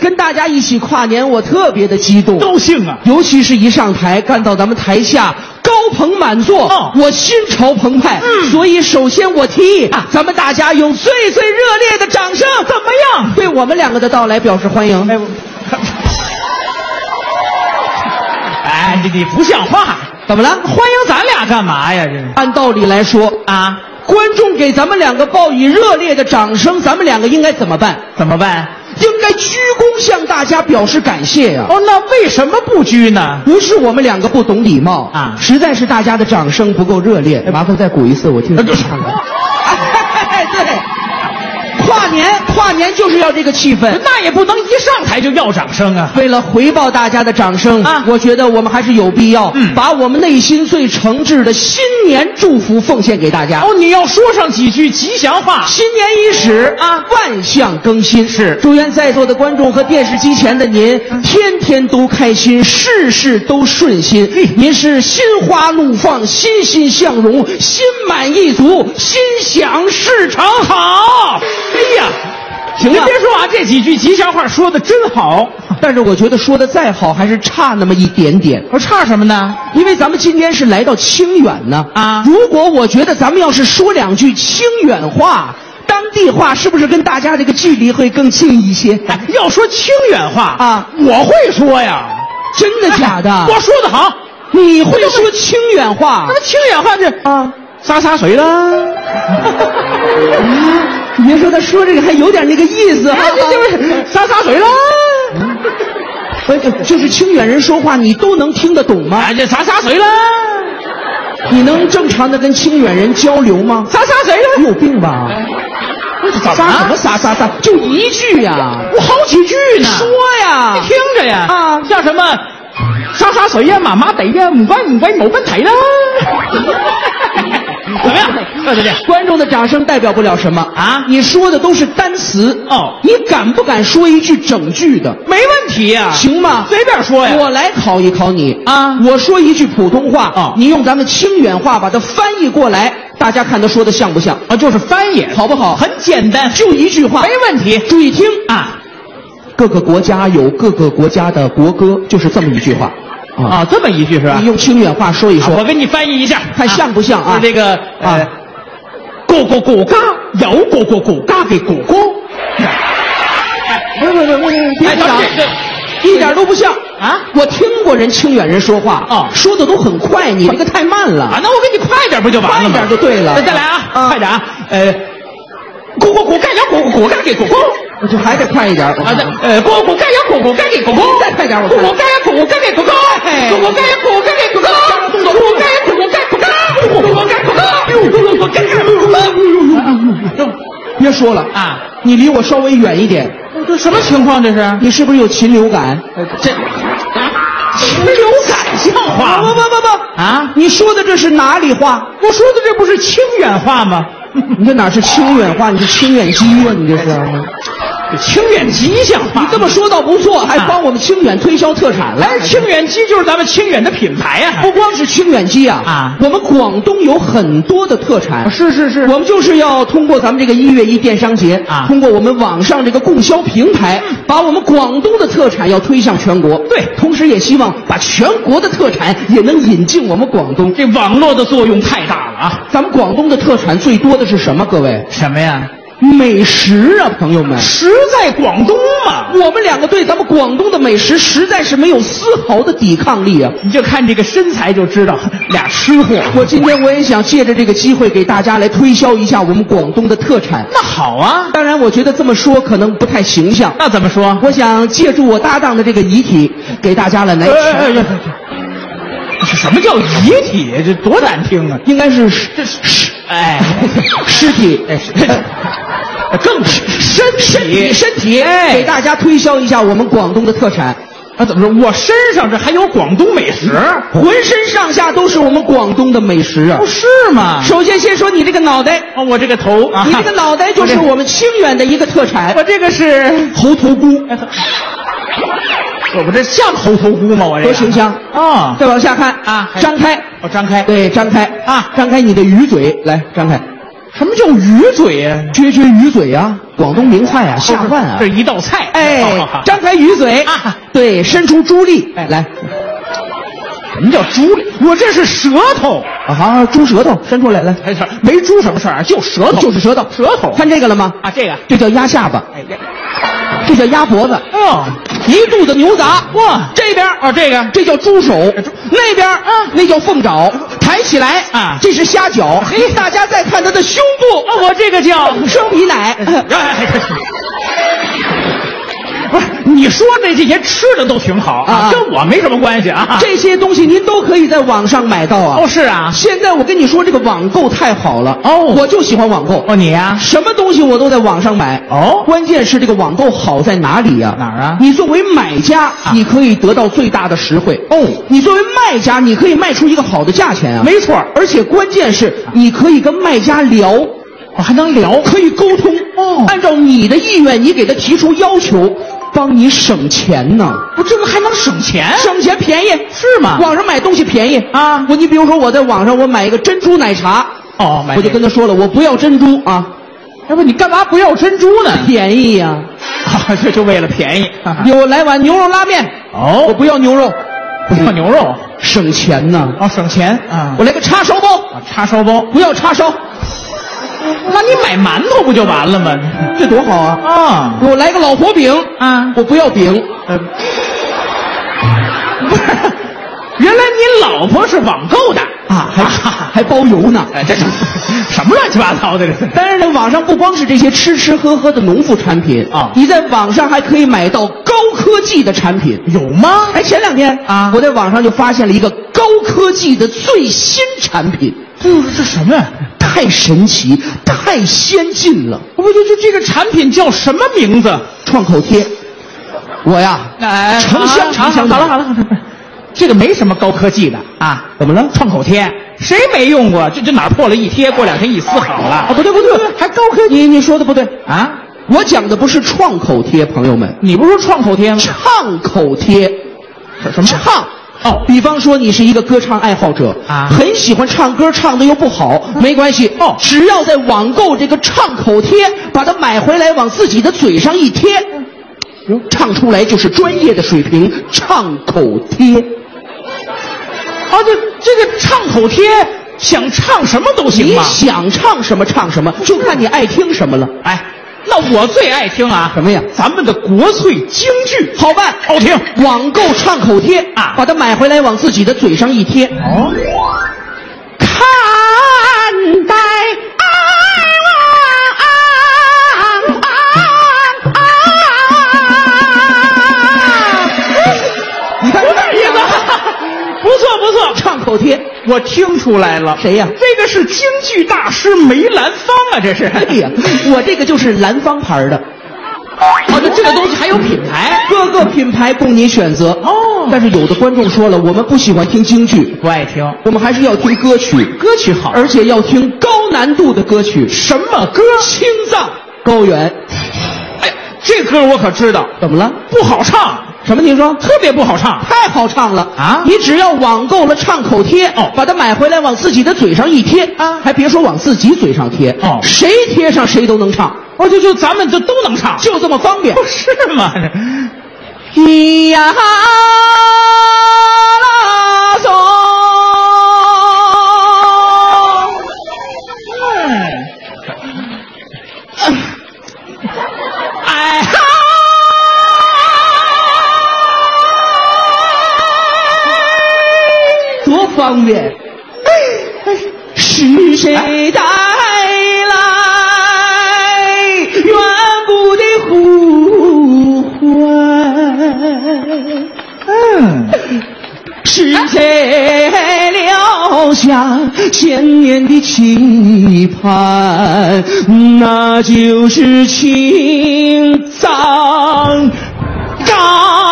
跟大家一起跨年，我特别的激动，高兴啊！尤其是一上台，看到咱们台下高朋满座，哦嗯我心潮澎湃。所以首先我提议，咱们大家用最最热烈的掌声，怎么样？对我们两个的到来表示欢迎。哎，我 哎，你你不像话，怎么了？欢迎咱俩干嘛呀？这是按道理来说，啊，观众给咱们两个报以热烈的掌声，咱们两个应该怎么办？怎么办？应该鞠躬向大家表示感谢呀、哦，那为什么不拘呢？不是我们两个不懂礼貌啊实在是大家的掌声不够热烈，哎麻烦再鼓一次，我听听哎看看。哎， 对，跨年跨年就是要这个气氛。那也不能一上台就要掌声啊！为了回报大家的掌声啊我觉得我们还是有必要嗯把我们内心最诚挚的新年祝福奉献给大家。哦，你要说上几句吉祥话。新年伊始啊，万象更新。是祝愿在座的观众和电视机前的您，天天都开心，事事都顺心。您是心花怒放，欣欣向荣，心满意足，心想事成。好，哎呀，行您了别说啊，这几句吉祥话说的真好。但是我觉得说的再好，还是差那么一点点。我差什么呢？因为咱们今天是来到清远呢啊如果我觉得咱们要是说两句清远话、当地话，是不是跟大家这个距离会更近一些？哎要说清远话啊我会说呀。 真的假的？ 我说的好，你会说清远话那么清远话是啊？洒洒水啦。 你别说他说这个还有点那个意思啊，哎这就是洒洒水啦。呃就就是清远人说话，你都能听得懂吗？哎，这洒洒水啦，你能正常的跟清远人交流吗？洒洒水你啦。有病吧？怎撒什么么啊了？撒撒撒？就一句呀，我好几句呢。说呀你，听着呀。啊像什么，洒洒水呀，妈妈得呀，唔该唔该，冇问题啦。啊怎么样？那就这样。观众的掌声代表不了什么啊你说的都是单词哦你敢不敢说一句整句的？没问题呀、行吗？随便说呀。啊我来考一考你啊我说一句普通话啊你用咱们清远话把它翻译过来，大家看他说的像不像？啊，就是翻译，好不好？很简单，就一句话，没问题注意听，啊各个国家有各个国家的国歌，就是这么一句话。啊，啊，这么一句是吧你？用清远话说一啊说，我给你翻译一下，看像不像啊就是这个呃啊，狗狗狗嘎，有狗狗狗嘎给狗狗。不不不不，别哎鼓掌这这，一点都不像啊我听过人清远人说话哦说的都很快，你这个太慢啊，了。那我给你快点不就完了吗？快点就对了那再来啊，啊快点啊，呃，狗狗狗嘎呀，狗狗狗嘎给狗狗。我就还得快一点。我啊，看那看呃，狗狗嘎呀，狗狗嘎给狗狗。再快点我狗看狗嘎呀，狗狗嘎给狗狗。哎狗狗嘎呀，狗狗嘎给狗狗。狗狗嘎呀，狗狗嘎狗狗。狗狗嘎狗狗。狗狗嘎 狗狗。别说了啊，你离我稍微远一点。这什么情况？这是？你是不呃啊是有禽流感？这禽流感像话不吗？不不不啊你说的这是哪里话？我说的这不是清 远话吗？你这哪是清远话？你是清远鸡呀、你这是？这清远吉祥话。哎你这么说倒不错，还啊帮我们清远推销特产了。哎，清远鸡就是咱们清远的品牌呀、 不光是清远鸡啊，啊我们广东有很多的特产。是是是我们就是要通过咱们这个一月一电商节啊嗯通过我们网上这个供销平台，把我们广东的特产要推向全国。对同时也希望把全国的特产也能引进我们广东。这网络的作用太大了啊！咱们广东的特产最多的是什么？各位，什么呀？美食啊，朋友们。食在广东嘛！我们两个对咱们广东的美食实在是没有丝毫的抵抗力啊！你就看这个身材就知道， 俩吃货。我今天我也想借着这个机会给大家来推销一下我们广东的特产。那好啊，当然，我觉得这么说可能不太形象。那怎么说？我想借助我搭档的这个遗体，给大家来来哎哎哎哎这什么叫遗体？这多难听啊！应该是尸是，哎， 尸体，哎是更不身身体身体，哎给大家推销一下我们广东的特产，啊，怎么说？我身上这还有广东美食，浑身上下都是我们广东的美食啊不！是吗？首先先说你这个脑袋，啊，我这个头啊，你这个脑袋就是我们清远的一个特产。我这个是猴头菇，我我这像猴头菇吗？我这多形象啊！再往下看啊还张开，我张开，对，张开啊张开你的鱼嘴，来张开，什么叫鱼嘴呀、撅撅鱼嘴呀、广东名菜啊，下饭啊啊这。一道菜。好好哎好，张开鱼嘴啊，对，伸出猪力，哎来什么叫猪力？我这是舌头。啊，猪舌头伸出来，来，没事儿没猪什么事儿啊，就舌头就是舌头，舌头看这个了吗？啊，这个，这叫鸭下巴，哎呀，这叫鸭脖子，哎呦，一肚子牛杂，哇这边啊，这个，这叫猪手猪，那边啊那叫凤爪，抬起来啊这是虾饺，嘿，大家再看他的胸部，啊，我这个叫，双皮奶，哎，哎不是，你说这这些吃的都挺好啊啊跟我没什么关系啊。这些东西您都可以在网上买到啊哦。是啊，现在我跟你说，这个网购太好了哦我就喜欢网购哦你呀，什么东西我都在网上买哦关键是这个网购好在哪里呀、哪儿啊你作为买家，你可以得到最大的实惠哦你作为卖家，你可以卖出一个好的价钱啊。没啊错儿而且关键是你可以跟卖家聊，我哦还能聊，可以沟通哎哦按照你的意愿，你给他提出要求，帮你省钱呢。我这个还能省钱啊省钱便宜是吗网上买东西便宜啊我你比如说我在网上我买一个珍珠奶茶，哦，买我就这跟个他说了，我不要珍珠啊，要不你干嘛不要珍珠 呢？便宜呀、啊，这就为了 便宜。哈哈给我来碗牛肉拉面，哦，我不要牛肉，不要牛肉，省钱呢。哦，省钱啊我来个叉烧包，我叉烧包，不要叉烧，那你买馒头不就完了吗？这多好啊！啊给我来个老婆饼，啊，我不要饼，呃，不是，原来你老婆是网购的啊，还还包邮呢。哎，这是什么乱七八糟的？这是当然，这网上不光是这些吃吃喝喝的农副产品啊你在网上还可以买到高科技的产品。有吗？哎，前两天啊我在网上就发现了一个高科技的最新产品，这这什么呀？太神奇，太先进了。不就就这个产品叫什么名字？创口贴，我呀，哎成箱成箱的好了好了好了，这个没什么高科技的啊。怎么了？创口贴谁没用过？这这哪儿破了一贴，过两天一撕好啊，了不对不对，还高科技？你你说的不对，啊。我讲的不是创口贴，朋友们，你不是说创口贴吗？唱口贴，什么唱？哦比方说你是一个歌唱爱好者啊很喜欢唱歌，唱的又不好，没关系哦只要在网购这个唱口贴，把它买回来往自己的嘴上一贴，唱出来就是专业的水平，唱口贴。啊，这这个唱口贴想唱什么都行你吗？想唱什么唱什么，就看你爱听什么了。哎，那我最爱听啊什么呀咱们的国粹京剧，好办，好听网购唱口贴啊把它买回来往自己的嘴上一贴，哦。看待爱望啊你看有点意思，不错不错，唱口贴，我听出来了，谁呀这个是京剧大师梅兰芳啊，这是。哎呀，我这个就是兰芳牌的，哦，这这个东西还有品牌，各个品牌供您选择。哦但是有的观众说了，我们不喜欢听京剧，不爱听我们还是要听歌曲，歌曲好，而且要听高难度的歌曲。什么歌？青藏高原，哎呀，这歌我可知道，怎么了？不好唱，什么？您说？特别不好唱。太好唱了啊你只要网购了唱口贴，哦把它买回来往自己的嘴上一贴啊还别说往自己嘴上贴哦谁贴上谁都能唱，哦，就就咱们这都能唱，就这么方便不。是吗？咿呀啦嗦，哎哈！多方便。是谁带来远古的呼唤？嗯，是谁留下千年的期盼？那就是青藏高